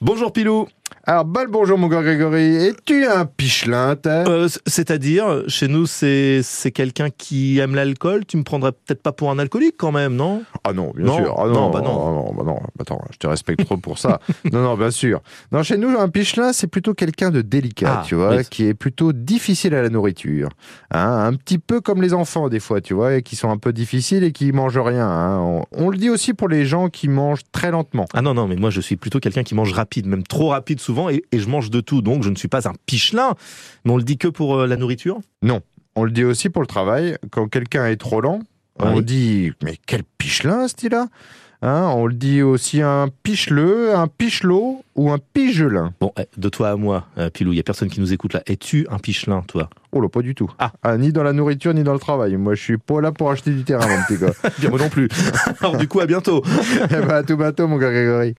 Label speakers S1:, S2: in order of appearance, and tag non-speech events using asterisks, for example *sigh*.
S1: Bonjour Pilou.
S2: Alors, bal bonjour mon gars Grégory, es-tu un pichelin, t'as
S1: Euh, c- C'est-à-dire, chez nous, c'est c'est quelqu'un qui aime l'alcool. Tu me prendrais peut-être pas pour un alcoolique quand même, non
S2: Ah non, bien
S1: non,
S2: sûr. Ah
S1: non, bah non.
S2: ah non, bah non. Attends, je te respecte trop pour ça. *laughs* non, non, bien sûr. Non, chez nous, un pichelin, c'est plutôt quelqu'un de délicat,
S1: Ah,
S2: tu vois,
S1: oui.
S2: qui est plutôt difficile à la nourriture. Hein, un petit peu comme les enfants, des fois, tu vois, et qui sont un peu difficiles et qui mangent rien. hein. On, on le dit aussi pour les gens qui mangent très lentement.
S1: Ah non, non, mais moi, je suis plutôt quelqu'un qui mange rapide, même trop rapide souvent, et, et je mange de tout. Donc, je ne suis pas un pichelin. Mais on le dit que pour euh, la nourriture
S2: On le dit aussi pour le travail. Quand quelqu'un est trop lent, on
S1: Ouais.
S2: dit Mais quel pichelin, ce là Hein, on le dit aussi un picheleux, un pichelot ou un pigelin.
S1: Bon, eh, de toi à moi, euh, Pilou, il y a personne qui nous écoute là. Es-tu un pichelin, toi
S2: Oh là, pas du tout.
S1: Ah.
S2: ni dans la nourriture, ni dans le travail. Moi, je suis pas là pour acheter du terrain, mon petit gars.
S1: Bien, moi non plus. *laughs* Alors, du coup, à bientôt.
S2: Eh ben, à tout bientôt, mon gars Grégory.